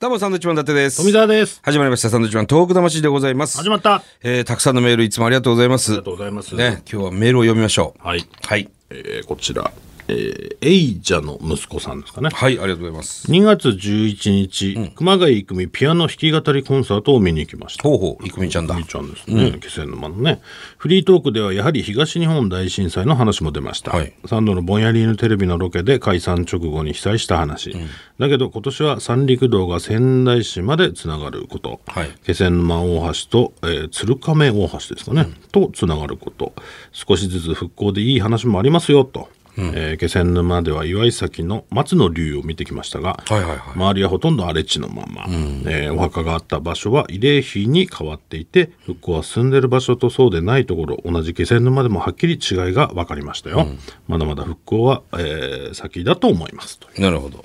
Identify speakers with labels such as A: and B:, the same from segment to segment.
A: どうも、サンドウィッチマン伊達です。
B: 富澤です。
A: 始まりました、サンドウィッチマン、トーク魂でございます。
B: 始まった。あ
A: えーたくさんのメールいつもありがとうございます。
B: りがとうございます。
A: ね、今日はメールを読みましょう。
B: はい。
A: はい。
B: えー、こちら、えー、エイジャの息子さんですかね。
A: はい、ありがとうございます。
B: 2月11日、熊谷育美ピアノ弾き語りコンサートを見に行きました。
A: ほうほう、いくみちゃんだ
B: い。いちゃんですね、気仙沼のね。フリートークではやはり東日本大震災の話も出ました。
A: はい
B: サンドのぼんやりのテレビのロケで解散直後に被災した話。だけど今年は三陸道が仙台市までつながること。
A: はい
B: 気仙沼大橋と、えー鶴亀大橋ですかね、とつながること少しずつ復興でいい話もありますよと、えー気仙沼では岩井崎の松の竜を見てきましたが、
A: はいはいはい
B: 周りはほとんど荒れ地のまま、えーお墓があった場所は慰霊碑に変わっていて復興は進んでる場所とそうでないところ同じ気仙沼でもはっきり違いが分かりましたよ、まだまだ復興は、えー先だと思いますという
A: なるほど。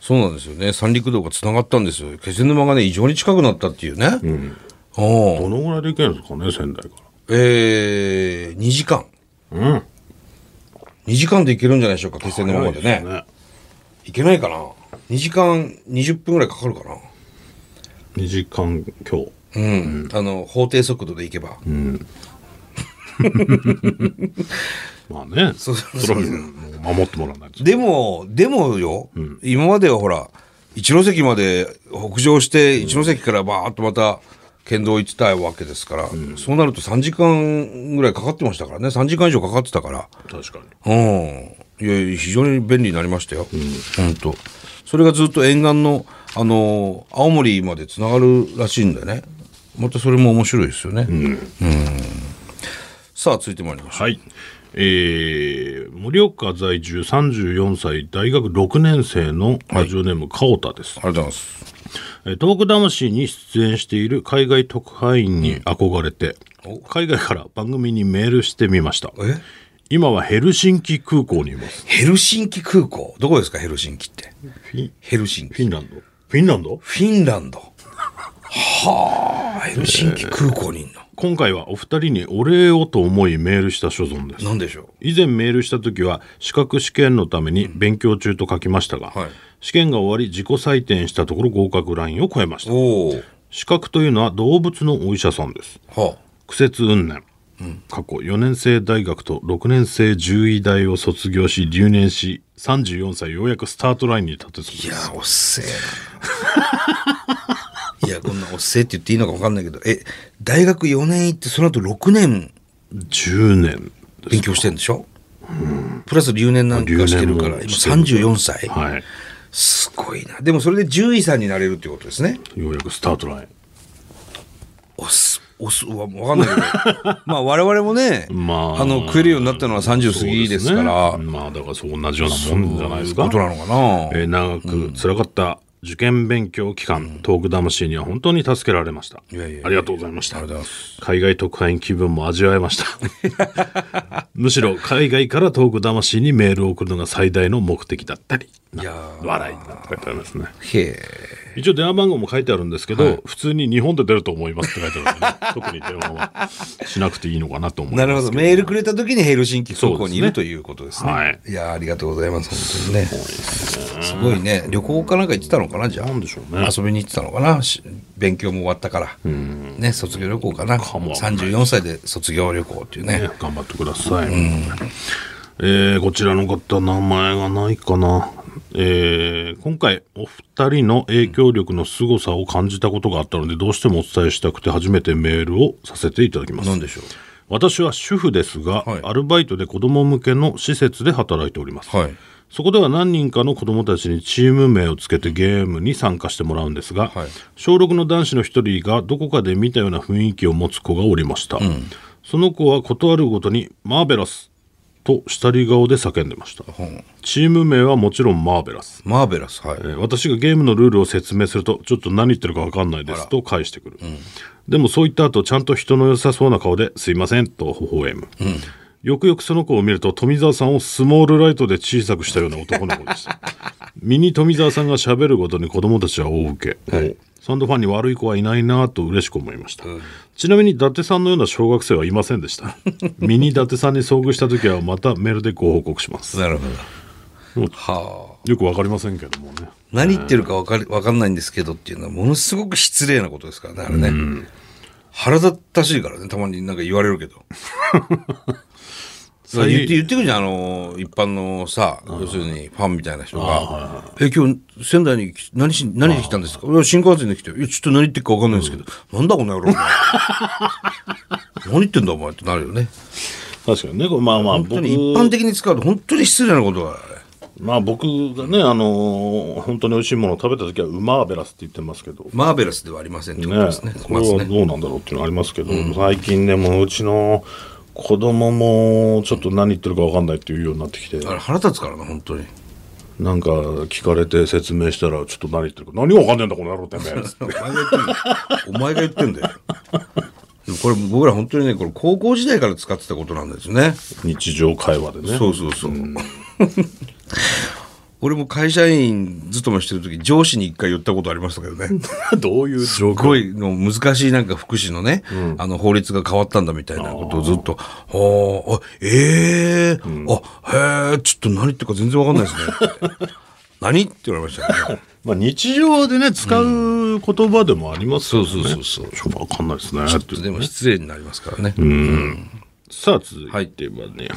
A: そうなんですよね。三陸道が繋がったんですよ。気仙沼がね、異常に近くなったっていうね。うん。おー
B: どのぐらいで行けるんですかね仙台か
A: えー、2時間。
B: らうん
A: 2時間で行けるんじゃないでしょうか、気仙沼まで
B: 早
A: ね
B: いす。ね
A: 行けないかな。2時間20分ぐらいかかるかな。
B: 2時間今日
A: うん。あの、法定速度で行けば。
B: まあね
A: そうそう
B: れはうん守ってもらわないと
A: でも、でもよ、今まではほら、一ノ関まで北上して、一ノ関からバーっとまた県道行ってたわけですから、そうなると3時間ぐらいかかってましたからね、3時間以上かかってたから、
B: 確かに
A: うん。いやいや、非常に便利になりましたよ。本当。それがずっと沿岸の、あの、青森までつながるらしいんだよね。またそれも面白いですよね。うん。さあ、続いてまいりましょう。
B: はいえー、盛岡在住34歳大学6年生のラジオネームかおたです、
A: ありがとうございます。
B: えートーク魂に出演している海外特派員に憧れて、海外から番組にメールしてみました
A: え
B: 今はヘルシンキ空港にいます
A: ヘルシンキ空港どこですかヘルシンキって。
B: フィ
A: ヘルシンキ。
B: フィンランドフィンランド
A: フィンランド。はあ、ヘルシンキ空港にいんの。
B: 今回はお二人にお礼をと思いメールした所存です
A: なんでしょ
B: 以前メールした時は資格試験のために勉強中と書きましたが、
A: はい
B: 試験が終わり自己採点したところ合格ラインを超えまし
A: う。
B: た
A: おお。
B: 資格というのは動物のお医者さんです
A: は
B: 苦節運年、過去4年生大学と6年生獣医大を卒業し留年し34歳ようやくスタートラインに立てそう
A: あ。い
B: で
A: や
B: す、
A: おっせえな。いや、こんなおっせえって言っていいのかわかんないけど、え、大学4年行って、その後6年
B: 10年
A: 勉強してんでしょプラス留年なんかしてるから、
B: 留年
A: 今
B: もしてる
A: 34歳。
B: はい
A: すごいな。でもそれで獣医さんになれるってことですね。
B: ようやくスタートライン
A: おす、おす、わわかんないけど。まあ我々もね、
B: まあ
A: あの、食えるようになったのは30過ぎですから、
B: そうですねまあだからそう同じようなもんじゃないですか
A: ことなのかな
B: えー長く辛かった受験勉強期間、トーク魂には本当に助けられました
A: やいやいや
B: ありがとうございました
A: ありがとうござい
B: 海外特派員気分も味わ えましたむしろ海外からトーク魂にメールを送るのが最大の目的だったり
A: いやー
B: 笑いなんて書いてありますね
A: へえ。
B: 一応電話番号も書いてあるんですけど、普通に日本で出ると思いますって書いてあるんで、ね、 特に電話はしなくていいのかなと思います
A: なるほど。メールくれた時にヘルシンキ空港にいる
B: そ
A: ということですね。
B: はい
A: いやーありがとうございます。本当にね。すごいね。旅行かなんか行ってたのかな、じゃあ。
B: なんでしょうね
A: 遊びに行ってたのかな。し勉強も終わったから。ね、卒業旅行かな。
B: もわか
A: 34歳で卒業旅行っていうね。
B: ね、頑張ってください、えーこちらの方名前がないかな、えー今回お二人の影響力の凄さを感じたことがあったのでどうしてもお伝えしたくて初めてメールをさせていただきま
A: なん
B: す
A: でしょ
B: 私は主婦ですが、
A: はい
B: アルバイトで子ども向けの施設で働いております、
A: う。はい。
B: そこでは何人かの子どもたちにチーム名をつけてゲームに参加してもらうんですが、
A: はい
B: 小6の男子の一人がどこかで見たような雰囲気を持つ子がおりました、その子は事あるごとに「マーベラス」と下り顔で叫んでました
A: うん
B: チーム名はもちろんマーベラス
A: マーベラス。はい。
B: えー私がゲームのルールを説明するとちょっと何言ってるか分かんないですと返してくる、でもそう言った後ちゃんと人の良さそうな顔ですいませんと微笑む、よくよくその子を見ると富澤さんをスモールライトで小さくしたような男の子でした ミニ富澤さんが喋るごとに子供たちは大受け、サンドファンに悪い子はいないなぁと嬉しく思いました、ちなみに伊達さんのような小学生はいま せんでしたミニ伊達さんに遭遇した時はまたメールでご報告します
A: なるほど。
B: もう
A: はあ
B: よくわかりませんけどもね。
A: 何言ってるか分かり分かんないんですけどっていうのはものすごく失礼なことですからねあれね、腹立たしいからねたまになんか言われるけどだから言って言ってくるじゃんあの一般のさ要するにファンみたいな人が「え今日仙台に来何し何で来たんですかいや新幹線で来ていやちょっと何言ってるか分かんないんですけど、なんだこの野郎お前何言ってんだお前」ってなるよね
B: 確かにね、これまあまあ、
A: 本当
B: 僕、
A: に一般的に使うと本当に失礼なことだからね
B: まあ僕がね、あのー本当に美味しいものを食べた時は、うまーベラスって言ってますけど、ね、
A: マーベラスではありませんってことですね
B: こ
A: ま
B: れ
A: ず
B: は
A: ね
B: どうなんだろうっていうのはありますけど、最近でもうちの子供も、ちょっと何言ってるかわかんないっていうようになってきて、
A: あれ腹立つからな本当に。
B: なんか聞かれて説明したら、ちょっと何言ってるか、何がわかんねえんだ、この野郎ってね。
A: お前が言ってんだよ。お前が言ってんだよ。でもこれ僕ら本当にね、これ高校時代から使ってたことなんですね。
B: 日常会話でね。
A: そうそうそう。俺も会社員勤めしてる時上司に一回言ったことありました けどね。
B: どういう状
A: すごいの難しいなんか福祉のね、あの法律が変わったんだみたいなことをずっと、あーあ、ええあ、へえ、ちょっと何言ってるか全然わかんないですね。何って言われましたね。
B: まあ、日常でね、使う言葉でもありますよね。
A: そうそうそう
B: そう。わかんないですね。
A: ちょっとでも失礼になりますからね。
B: さあ、続いてはね、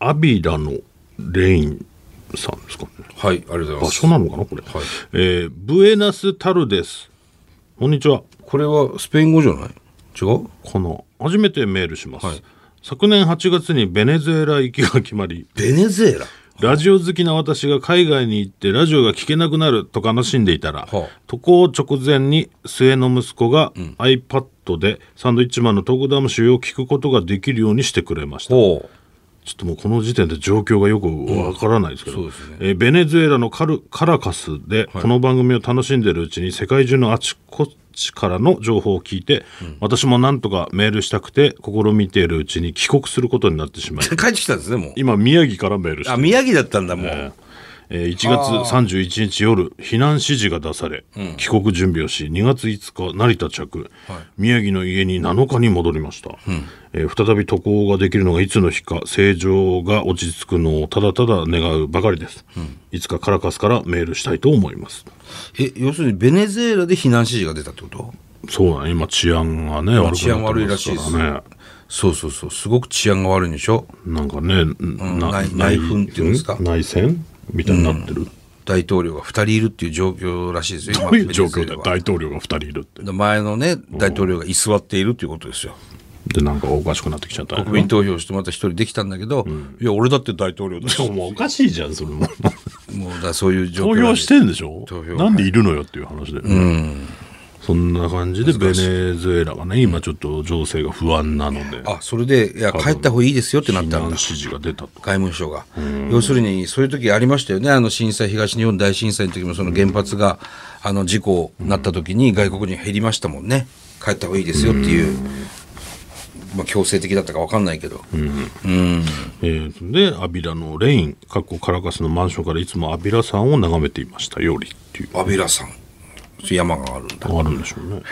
B: アビラのレインさんですかね。
A: はい、ありがとうございま
B: 場
A: す
B: 所。なのかな、これ。えーブエナスタルです。こんにちは。
A: これはスペイン語じゃない違う
B: この、初めてメールします。
A: はい
B: 昨年8月にベネズエラ行きが決まり、
A: ベネズエラ
B: ラジオ好きな私が海外に行ってラジオが聞けなくなると悲しんでいたら、
A: はあ
B: 渡航直前に末の息子が iPad でサンドイッチマンのトーク魂を聞くことができるようにしてくれました。
A: ほ
B: ちょっともうこの時点で状況がよくわからないですけど、
A: うんそうですね
B: えーベネズエラのカルカラカスでこの番組を楽しんでるうちに世界中のあちこちからの情報を聞いて、私もなんとかメールしたくて試みているうちに帰国することになってしまいう
A: 帰ってきたんですねもう
B: 今宮城からメールして
A: あ宮城だったんだもう、
B: えー1月31日夜避難指示が出され、帰国準備をし2月5日成田着、宮城の家に7日に戻りました、えー再び渡航ができるのがいつの日か正常が落ち着くのをただただ願うばかりです、いつかカラカスからメールしたいと思います
A: え要するにベネズエラで避難指示が出たってこと
B: そうだね今治安がね悪く
A: 治安
B: なって
A: 悪い
B: ま
A: ら
B: す
A: し
B: か
A: いです
B: らね
A: そうそうそうすごく治安が悪いんでしょ
B: なんかね、な
A: 内内紛っていうんですか
B: 内戦みたいになってる、
A: 大統領が2人いるっていう状況らしいですよ
B: ど
A: 今
B: ういう状況だ
A: ベネズエ
B: よ
A: ラは
B: 大統領が2人いるって
A: 前のね大統領が居座っているっていうことですよ
B: でなんかおかしくなってきちゃった
A: 国民投票してまた1人できたんだけど、いや俺だって大統領だし
B: でももうおかしいじゃんそれも
A: もうだからそういう状況
B: 投票してんでしょ
A: 投票
B: なんでいるのよっていう話だよね、そんな感じでベネズエラがね今ちょっと情勢が不安なので
A: あそれでいや帰った方がいいですよってなった
B: 避
A: ん
B: 難
A: だ
B: 指示が出たと
A: 外務省が。要するに、そういう時ありましたよね。あの震災、東日本大震災の時も、その原発が、あの事故になった時に外国人減りましたもんね。帰った方がいいですよっていう。まあ、強制的だったか分かんないけど。
B: えーでアビラのレインかっこカラカスのマンションからいつもアビラ山を眺めていましたよりっていう
A: アビラ山。山があるんだ。
B: あるんでしょうね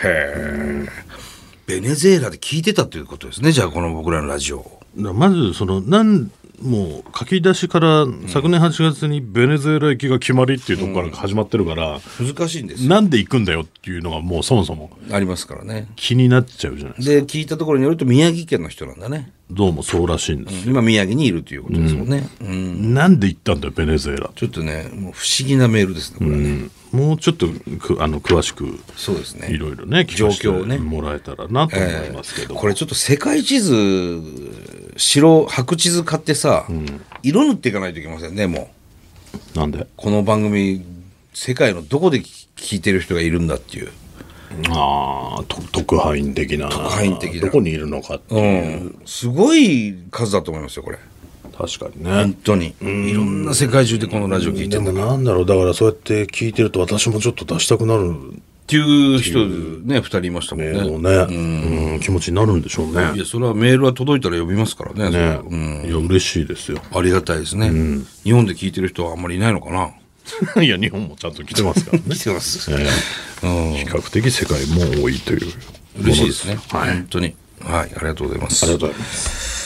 A: ベネズエラで聞いてたということですね。じゃあ、この僕らのラジオを。
B: だからまずそのなんもう書き出しから昨年8月にベネズエラ行きが決まりっていうところから始まってるから、
A: 難しいんですよ。
B: なんで行くんだよっていうのがもうそもそも
A: ありますからね。
B: 気になっちゃうじゃないですか
A: で、聞いたところによると、宮城県の人なんだね。
B: どうもそうらしいんです、
A: 今、宮城にいるということですもんね。うん
B: なんで行ったんだよベネズエラ
A: ちょっとね、もう不思議なメールですね、これはね。
B: もうちょっとくあの詳しく
A: そうですね。
B: いろいろね聞
A: 状
B: かせて
A: 況をね
B: もらえたらなと思いますけど、
A: これちょっと世界地図白白地図買ってさ、色塗っていかないといけませんねもう
B: なんで
A: この番組世界のどこで聞聞いてる人がいるんだっていう
B: ああ特派員的な
A: 派員的な
B: どこにいるのかって
A: う
B: いう、
A: んすごい数だと思いますよこれ
B: 確かに
A: 本
B: ね
A: 当にいろんな世界中でこのラジオ聞いて
B: で
A: る
B: もなんだろうだからそうやって聞いてると私もちょっと出したくなる
A: っていう人ね2人いましたもん
B: ね
A: ね
B: もうね、うん気持ちになるんでしょうね
A: いやそれはメールは届いたら呼びますからねそれ
B: ね
A: はうん
B: いや嬉しいですよ
A: ありがたいですね、日本で聞いてる人はあんまりいないのかない
B: や日本もちゃんと来てますからね
A: 来てます、
B: え
A: うん
B: え比較的世界も多いという
A: 嬉しいですね。
B: はいあ
A: 本当に。はい、ありがとうございます。
B: りがとうございます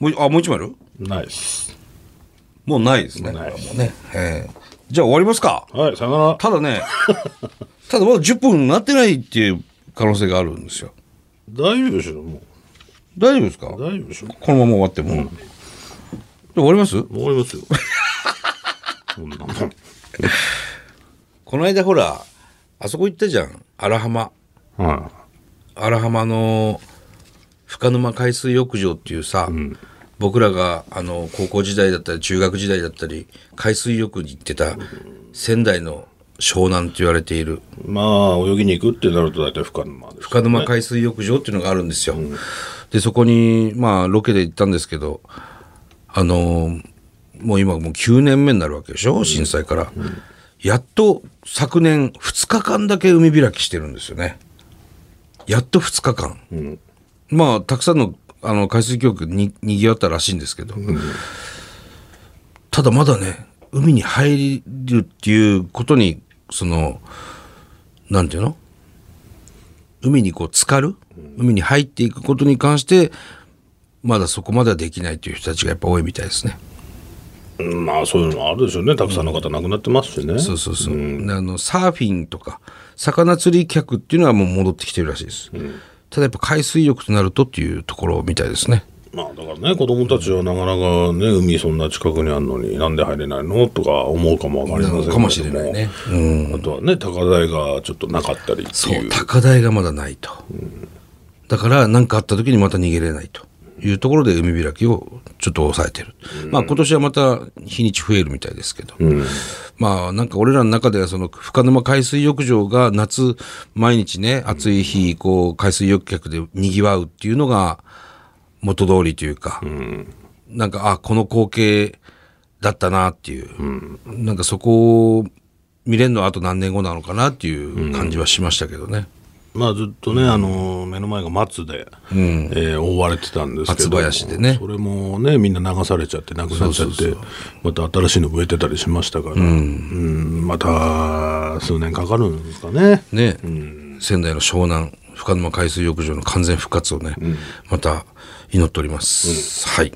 A: もう、あ、もう一枚ある
B: ナイス
A: もうないですね。
B: ない
A: これはもうね。ええじゃあ終わりますか。
B: はい、さよなら。
A: ただ ね、ただまだ10分なってないっていう可能性があるんですよ。
B: 大丈夫でしょ、も
A: 大丈夫ですか
B: う。大丈夫でしょ。
A: このまま終わっても。じゃあ終わります
B: 終わりますよ。そんなもん。
A: この間ほら、あそこ行ったじゃん。荒浜。
B: は
A: 荒浜の深沼海水浴場っていうさ、僕らがあの高校時代だったり中学時代だったり海水浴に行ってた仙台の湘南と言われている
B: い。まあ、泳ぎに行くってなると大体深沼です、ね。
A: 深沼海水浴場っていうのがあるんですよ。でそこにまあロケで行ったんですけどあのもう今もう9年目になるわけでしょ震災から。やっと昨年2日間だけ海開きしてるんですよね。やっと2日間。
B: うん。
A: まあたくさんのあの海水浴ににぎわったらしいんですけど、ただまだね海に入るっていうことにそのなんていうの海にこう浸かる海に入っていくことに関してまだそこまではできないという人たちがやっぱ多いみたいですね。
B: うんまあ、そういうのもあるでしょうね。たくさんの方亡くなってますしね。
A: そうそうそう。あの、サーフィンとか、魚釣り客っていうのはもう戻ってきてるらしいです。ただやっぱ海水浴となるとっていうところみたいですね。
B: まあ、だからね、子供たちはなかなかね、海そんな近くにあるのになんで入れないのとか思うかもわかりませんけども
A: かもしれないね。うん。
B: あとはね、高台がちょっとなかったりって
A: そ
B: いう
A: う、。高台がまだないと。だから、何かあった時にまた逃げれないというところで海開きをちょっと抑えてる。まあ、今年はまた日にち増えるみたいですけど。まあ、なんか俺らの中では、その深沼海水浴場が夏、毎日ね、暑い日、こう、海水浴客で賑わうっていうのが元通りというか、なんか、あ、この光景だったなっていう、なんかそこを見れるのはあと何年後なのかなっていう感じはしましたけどね。
B: まあずっとね、あの、目の前が松で、えー覆われてたんですけど。
A: 松林でね
B: それもね、みんな流されちゃって、なくなっちゃって、また新しいの植えてたりしましたから、うん、また数年かかるんですかね。
A: ね、仙台の湘南深沼海水浴場の完全復活をね、また祈っております、はい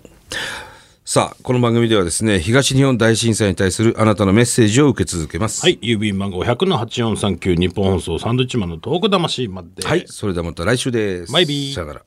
A: さあこの番組ではですね東日本大震災に対するあなたのメッセージを受け続けます
B: はい、郵便番号100-8439日本放送サンドイッチマンのトーク魂まで。
A: はい、それではまた来週です
B: バイビー
A: さよなら